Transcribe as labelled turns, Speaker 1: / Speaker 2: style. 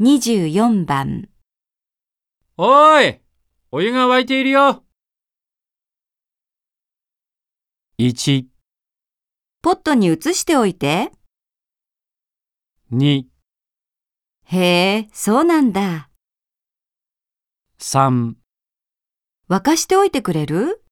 Speaker 1: 24番、
Speaker 2: おーいお湯が沸いているよ !1、
Speaker 1: ポットに移しておいて。
Speaker 2: 2、
Speaker 1: へえ、そうなんだ。
Speaker 2: 3
Speaker 1: 沸かしておいてくれる